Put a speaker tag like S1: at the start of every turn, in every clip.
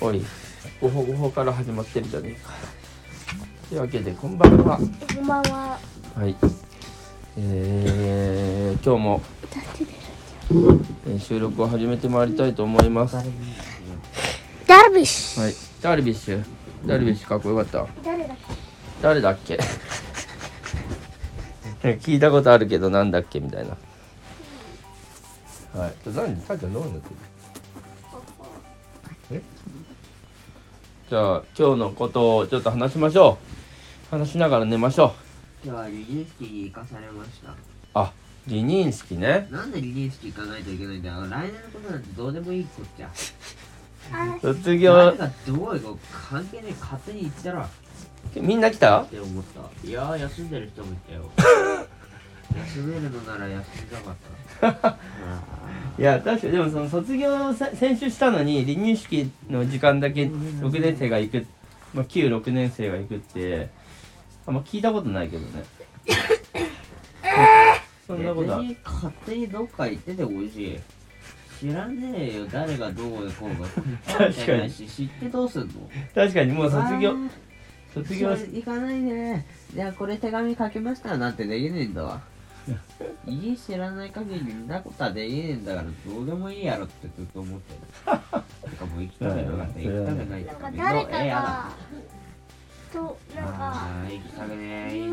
S1: ごいごほごほから始まってるじゃねえかというわけでこんばんは
S2: こんばんは。
S1: はいえー、今日も
S2: 歌ってる。
S1: えー収録を始めてまいりたいと思いますはい
S2: ダルビッシュ。
S1: ダルビッシュダルビッシュかっこよかった
S2: 誰だっ
S1: 誰だっけ聞いたことあるけどなんだっけみたいなはい何タちゃんどうなってるえじゃあ今日のことをちょっと話しましょう話しながら寝ましょ
S3: 今日はリリースキーに行かされました
S1: うあ離任式ね
S3: なんでリリースキー行かないといけないんだよ来年のことなんてどうでもいいこっちゃ
S1: 卒業
S3: 誰がどうよ関係ねえ勝手に行ったらっ
S1: みんな来た
S3: て思ったいやー休んでる人もい たよ休めるのなら休みたかった
S1: いや確かにでもその卒業さ先週したのに離任式の時間だけ6年生が行く、まあ、旧6年生が行くってあんま聞いたことないけど ねそんなことは
S3: 別に勝手にどっか行っててほしい知らねえよ誰がどうこうが
S1: 確かに
S3: 知ってどうすんの
S1: 確かにもう卒業
S3: わー
S1: 卒業し
S3: それ行かないねじゃあこれ手紙書きましたなんてできねえんだわ家知らない限り見たことはできねえんだからどうでもいいやろってずっと思ってるてかもう行きたくなかった行きたくない
S2: け。なんか誰か
S3: えや
S2: が
S3: だ。
S2: と、なんか。
S3: あー行きたくねえ行っ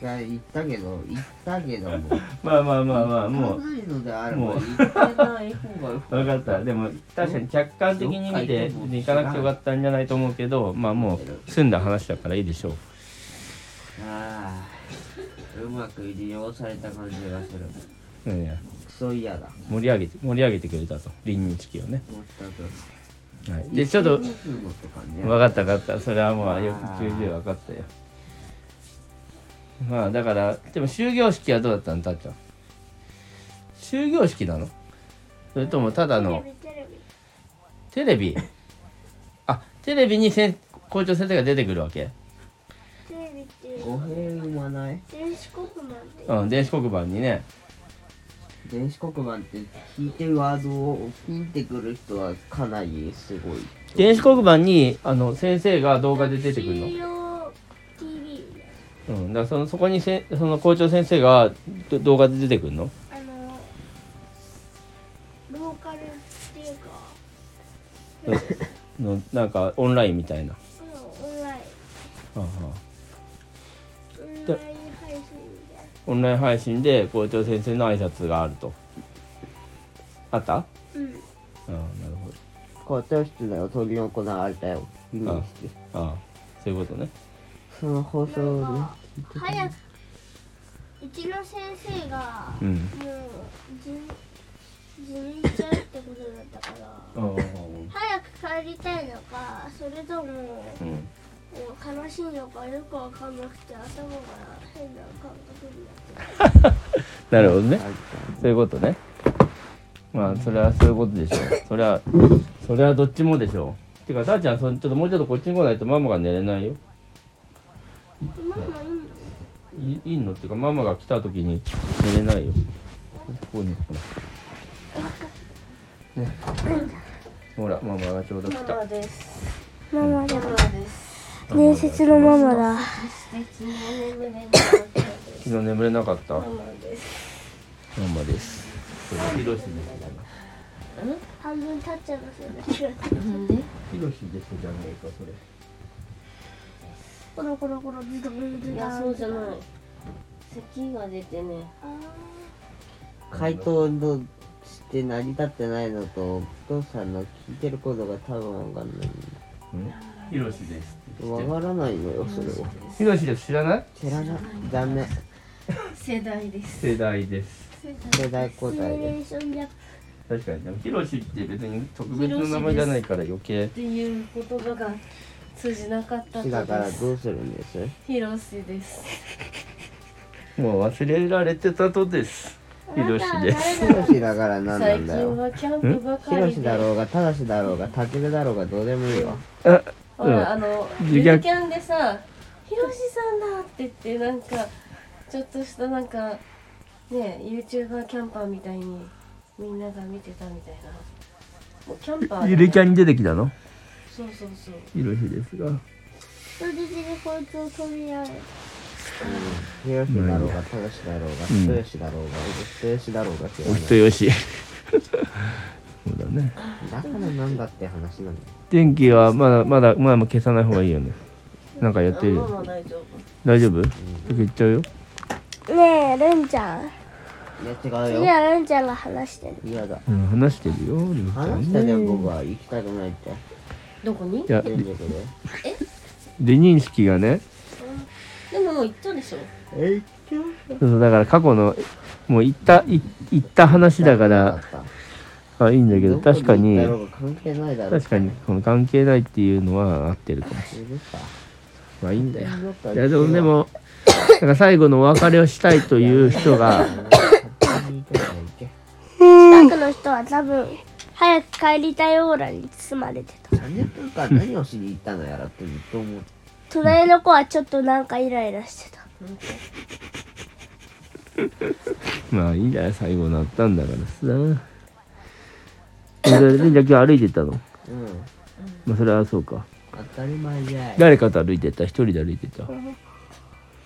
S3: た行ったけど行ったけどもう
S1: まあまあまあまあも
S3: 行
S1: う
S3: かないのであれば
S1: もう
S3: 行かない方がよ
S1: 分かったでも確かに客観的に見て行かなくてよかったんじゃないと思うけどまあもう済んだ話だからいいでしょう
S3: あーうまく利用された感じがする
S1: うんいや
S3: クソ嫌だ
S1: 盛り上げて盛り上げてくれたと離任式をね、
S3: 全く
S1: はい、でちょっと
S3: 行ってみるのって感じ
S1: 分かった分かったそれはもうよく重々分かったよまあだからでも終業式はどうだったのたっちゃん終業式なのそれともただの
S2: テレビテレビ
S1: テレビあテレビにせん校長先生が出てくるわけ
S2: テレビっていう
S3: 語弊生まない
S2: 電子黒板っていう
S1: うん電子黒板にね
S3: 電子黒板って聞いてワードをピンってくる人はかなりすごい
S1: 電子黒板にあの先生が動画で出てくるの
S2: 黄色 TV
S1: うんだからそのそこにせその校長先生がど動画で出てくる の
S2: あのローカルっていうか
S1: のなんかオンラインみたいな、
S2: うんオンライン
S1: はあはあ
S2: オン
S1: で
S2: ライン配信みたい
S1: オンライン配信で校長先生の挨拶があるとあったあ
S2: なうん
S1: あなるほど
S3: 校長室で取り行われたよリリース
S1: ああそういうことね
S3: その放送をね
S2: 早くうちの先生が、
S1: うん
S2: もう地地にしちゃうってことだったから
S1: ああ
S2: 早く帰りたいのかそれともも
S1: うん
S2: う悲しいのかよくわかんなくて頭が変な感覚になってる
S1: なるほどねそういうことねまあそれはそういうことでしょうそれはそれはどっちもでしょうてかさあちゃんそれちょっともうちょっとこっちに来ないとママが寝れないよ
S2: ママいいの
S1: いいいのっていうかママが来た時に寝れないよここにほらねほらママがちょうど来た
S4: です。
S2: ママだ
S4: です。
S2: 伝説のママだ
S4: 昨日眠れなかったです。
S1: 昨日眠れなかったマ
S4: ママです。
S1: マですこれヒロシです
S2: 半分立っちゃいますよね
S4: なんで？
S1: ヒロシですじゃねえかそれ
S2: コロコロコロズドンズドン
S4: いやそうじゃない。咳が出てね。
S2: あ
S3: 回答のして成り立ってないのとお父さんの聞いてることが多分わかんない
S1: ヒロシです
S3: わからないのよそれは
S1: ヒロシです知らない
S3: 知らないダメ
S4: 世代です。
S1: 世代です
S3: 世代
S2: ー
S3: 交
S2: シミ
S3: 代
S2: ュレ
S3: で
S2: ーションじゃ
S1: 確かにでもヒロシって別に特別な名前じゃないから余計
S4: っていう言葉が通じなかった
S3: すだから
S4: です。
S3: どうするんです
S4: 広瀬です。
S1: もう忘れられてたとですヒロシです
S3: ヒロシだから何な
S4: 最
S3: ん
S4: 近
S3: だよ
S4: はキャンプば
S3: ヒ
S4: か
S3: ロ
S4: り
S3: シ
S4: で。
S3: だろうがただしだろうがたけるだろうがどうでもいいわ
S1: あ
S4: ほらあの
S1: 自虐
S4: ゆるキャンでさ、広瀬さんだって言ってなんかちょっとしたなんかね YouTuber キャンパーみたいにみんなが見てたみたいな。もうキャンパーだね。
S1: ゆるキャンに出てきたの
S4: そうそうそう
S1: ひろひですが
S2: 人質にこいつを取り合え
S3: ヒロシだろうが、トヨシだろうが、
S1: ん
S3: 人吉だろうが、人吉だろうが知ら
S1: お
S3: ない、
S1: 人よしそうだね
S3: だからなんだって話なんだよ。
S1: 天気はまだまだまだ消さない方がいいよねなんかやってる
S4: まあま
S1: よ
S4: あ大丈夫
S1: 大丈夫行っちゃうよ
S2: ねえルンちゃん
S3: いや、違う
S2: 次
S3: よ。
S2: はルンちゃんが話してる
S3: 嫌だ。
S1: うん話してるよりんちゃん
S3: 話したじゃん、僕は行きたくないって。
S4: どこに
S1: いや
S3: 全力で。
S1: で認識がね
S4: でももう行ったでしょ
S3: えい
S1: そうそうだから過去のもう行ったい行った話だからあいいんだけど確かに
S3: どこ行ったろうが関係ないだろう。
S1: 確かにこの関係ないっていうのは合ってるかも
S3: 許すか。
S1: まあいいんだよ
S3: 許すか
S1: いやでもでもなんか最後のお別れをしたいという人が
S3: 勝手に行けば行け
S2: 近くの人は多分早く帰りたいオーラに包まれてた
S3: 30分間何をしに行ったのやらってずっと思って
S2: 隣の子はちょっとなんかイライラしてた
S1: まあいいんだよ最後なったんだからさそれでじゃあ今日歩いてったの
S3: うん
S1: まあそれはそうか
S3: 当たり前じゃい
S1: 誰かと歩いてった一人で歩いてった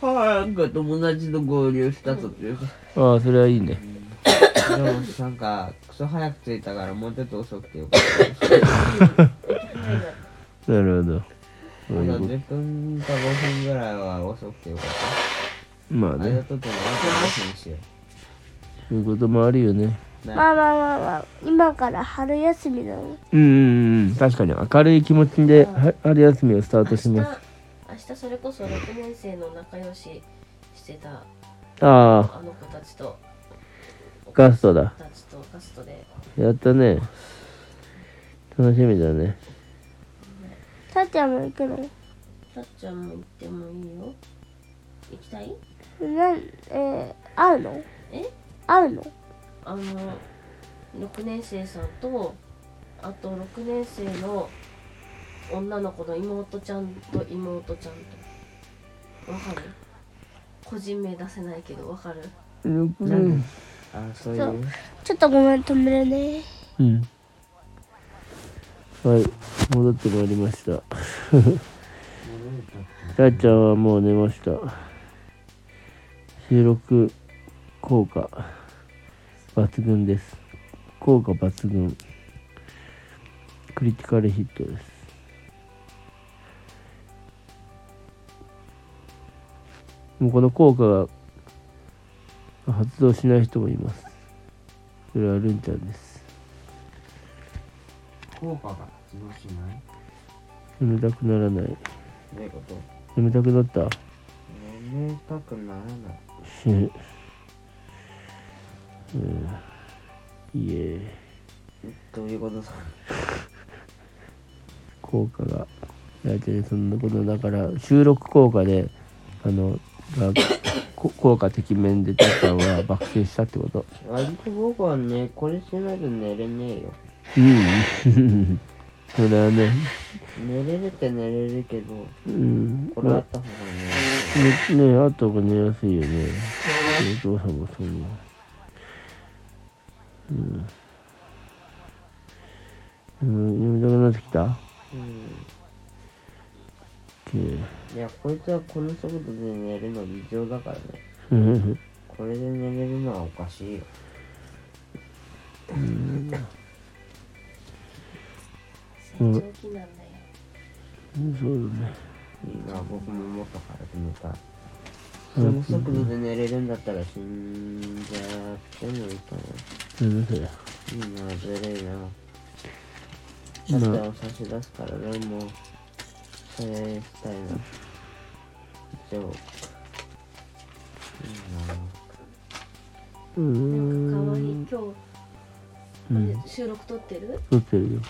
S3: 早く友達と合流したとってい うか
S1: ああそれはいいね
S3: でもなんかクソ早く着いたからもうちょっと遅くてよかっ
S1: なるほど
S3: たまだ10分か5分ぐらいは遅くてよかっ
S1: まあ
S3: たあれだ
S1: ね
S3: とってもあと5分しよ
S1: そういうこともあるよね
S3: うね
S2: まあまあまあまあ今から春休みなの
S1: うんうんうん確かに明るい気持ちでは春休みをスタート
S4: 明
S1: し
S4: 日
S1: ます
S4: 明日それこそ6年生の仲良ししてた
S1: ああ
S4: あの子たちと
S1: ガストだ
S4: たちとガストで
S1: やったね楽しみだね
S2: たっちゃんも行くの
S4: たっちゃんも行ってもいいよ行きたい
S2: なんえー、会うの
S4: え
S2: 会うの
S4: あの6年生さんとあと6年生の女の子の妹ちゃんと妹ちゃんとわかる個人名出せないけどわかる
S1: うん
S3: あそういう
S2: ちょっとごめん止めるね
S1: うん。はい、戻ってまいりました。たっちゃんはもう寝ました。収録効果抜群です。効果抜群。クリティカルヒットです。もうこの効果が発動しない人もいます。それはルンちゃんです。
S3: 効果が発動しない
S1: 眠たくならない
S3: どういうこと
S1: 眠たくなった
S3: 眠たくならない
S1: 死ぬうんいえ
S3: どういうことさ
S1: 効果が大体そんなことだから収録効果であのが こ効果てきめんでたっちゃんは爆睡したってこと
S3: 割と僕はねこれしないと寝れねえよ
S1: うんそれはね
S3: 寝れるって寝れるけど
S1: うん
S3: これあっ
S1: ま
S3: た方がね
S1: あねねあとが寝やすいよねお父さんもそう思ううん、うん、眠たくなってきた
S3: うん
S1: うん
S3: いやこいつはこの速度で寝るの異常だからね
S1: うん
S3: これで寝れるのはおかしいよ
S4: 成長期なんだよ、
S1: そうだね。
S3: いいな僕ももっと早く寝たいその速度で寝れるんだったら死んじゃってもいいか
S1: うんそうだよ
S3: ないいなずるいなシャッターを差し出すからねもうそれしたいな以上いいな
S1: う
S4: なんか可愛い
S1: ん。
S4: 今日、
S1: うん
S4: あれ収録撮ってる
S1: 撮ってるよ。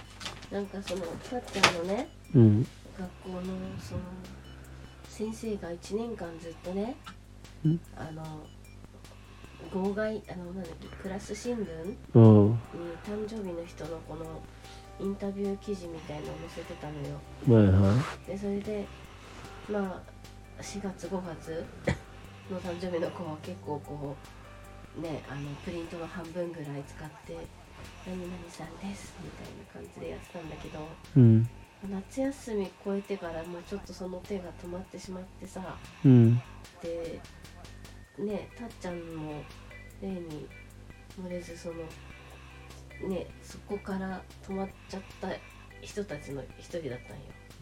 S4: なんかそのたっちゃんのね
S1: うん。
S4: 学校のその先生が1年間ずっとね
S1: ん
S4: あの号外あのなんだっけクラス新聞に
S1: うん。
S4: 誕生日の人のこのインタビュー記事みたいのを載せてたのよ
S1: はいは
S4: でそれでまあ4月5月の誕生日の子は結構こうねあのプリントの半分ぐらい使って「何々さんです」みたいな感じでやってたんだけ
S1: い。
S4: ど
S1: うん。
S4: 夏休み超えてからもうちょっとその手が止まってしまってさ
S5: うん
S4: でねたっちゃんも例に漏れずそのねそこから止まっちゃった人たちの一人だったんよ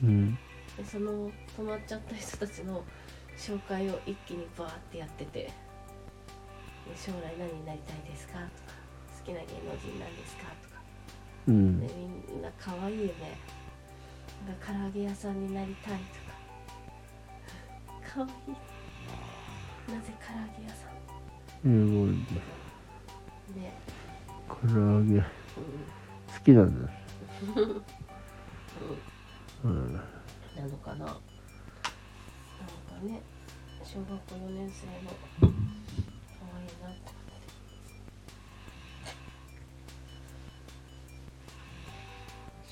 S5: うん
S4: でその止まっちゃった人たちの紹介を一気にバーってやっててで「将来何になりたいですか?」とか「好きな芸能人なんですか?」とかで
S5: うん
S4: みんな可愛いよねなんか唐揚げ屋さんになりたいとか可愛いなぜ唐揚げ屋さん
S5: えー、ゴールデン
S4: ね
S5: 唐揚げ好
S4: う
S5: きなんだうん
S4: んなのかななんかね小学校4年生の可愛いなって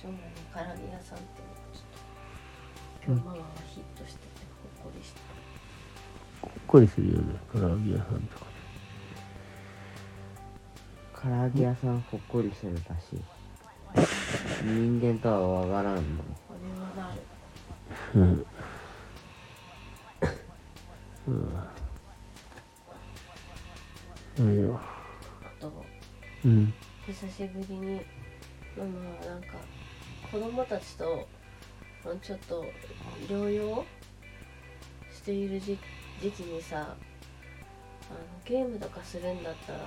S4: 将来の唐揚げ屋さんっていうのがちょっと今日ママがヒットしててほっこりした
S5: ほっこりするよね唐揚げ屋さんとか
S3: 唐揚げ屋さんほっこりするらしい人間とは分からんの
S4: これはなる
S5: うんうんあれよ
S4: あと
S5: うん
S4: 久しぶりにママはなんか子供たちとまあちょっと療養している時時期にさあのゲームとかするんだったら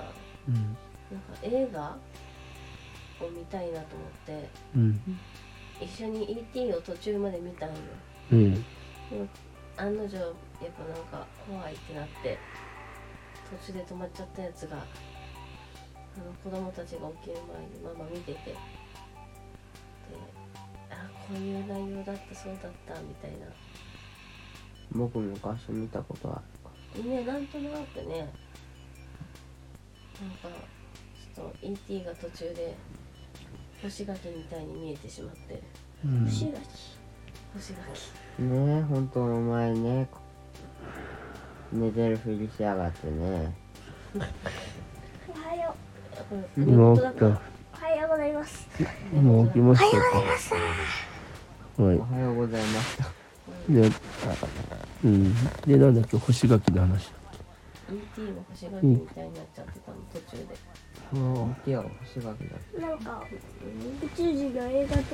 S5: うん
S4: なんか映画を見たいなと思って
S5: うん
S4: 一緒に ET を途中まで見たんよ
S5: うん
S4: 案の定やっぱなんか怖いってなって途中で止まっちゃったやつがあの子供たちが起きる前にママ見ててであこういう内容だったそうだったみたいな
S3: 僕昔見たことある
S4: ねなんとなくねなんかちょっと ET が途中で星垣みたいに見えてしまって
S5: うん
S2: 干し
S4: 星垣
S3: ねえ本当お前ね寝てるふりしやがってね
S2: 柿おはよ
S4: これ
S5: 今起き
S4: から
S5: た
S2: うおはようございます
S5: 今起きましたかはい
S3: おはようございました
S5: で、うん、で、なんだっけ、干し柿の話。
S4: ET も星垣みたいになっちゃってたの途中で。
S3: もう起きよう星垣だ
S2: なんか宇宙人の映画とか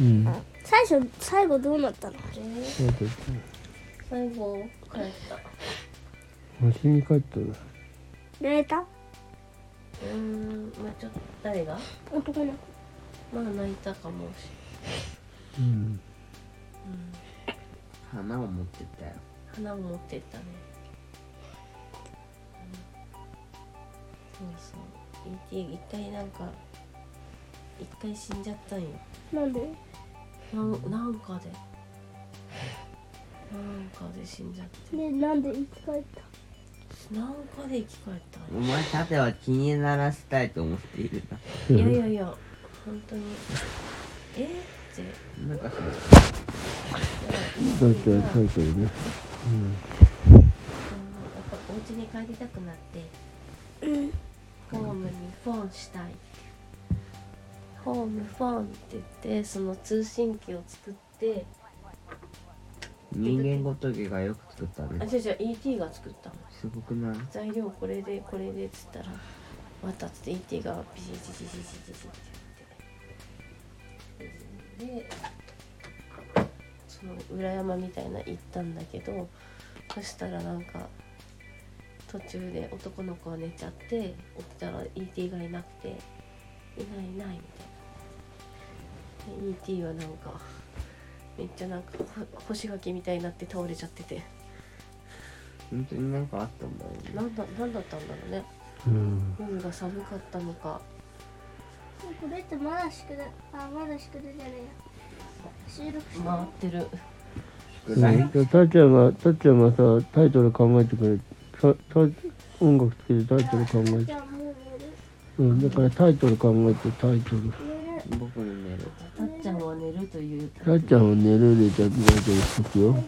S5: うん。
S2: 最初最後どうなったの
S4: えー
S5: なんだっけ
S4: 最後帰った
S5: 星に帰ったな。
S2: 寝れた
S4: うーんまあちょっと誰が
S2: 男の子
S4: まあ泣いたかもし
S5: うん。
S3: 花を持ってったよ
S4: 花を持ってったね、うん、そうそう ET 一回なんか一回死んじゃったんよ
S2: なんで
S4: なんなんかでなんかで死んじゃって
S2: ねなんで生き返った
S4: なんかで生き返った
S3: お
S4: んよ
S3: 前さては気にならせたいと思っている
S4: いやいやいや本当にえーって
S3: ななんかその
S5: だって書いてるね。
S4: あのやっぱお家に帰りたくなって、ホームにフォンしたいってホームフォンって言ってその通信機を作って
S3: 人間ごときがよく作った
S4: あ
S3: ね
S4: 違う違う ET が作ったの
S3: すごくない
S4: 材料これでこれでっつったらまたっつって ET がビシビシビシビシビシってやってでその裏山みたいな行ったんだけどそしたらなんか途中で男の子が寝ちゃって起きたら ET がいなくて「いないいない」みたいなで ET はなんかめっちゃなんかほ干し柿みたいになって倒れちゃってて
S3: 本当になんかあったんだよね
S4: なんだなんだったんだろうね
S5: うん。
S4: 海が寒かったのか
S2: これってまだ宿題あまだ宿題じゃねえや収録して
S4: 回ってる
S3: 宿題
S5: じゃあ、たっちゃんが、たっちゃんがさ、タイトル考えてくれ。た、た、音楽つけてタイトル考え
S2: じ
S5: て。
S2: ゃあもう寝る
S5: うん、だからタイトル考えて、タイトル。
S2: 寝る
S3: 僕に寝る
S4: たっちゃんは寝るという
S5: たっちゃんは寝るで、じゃあ、じゃあ、じゃあ、しとくよ。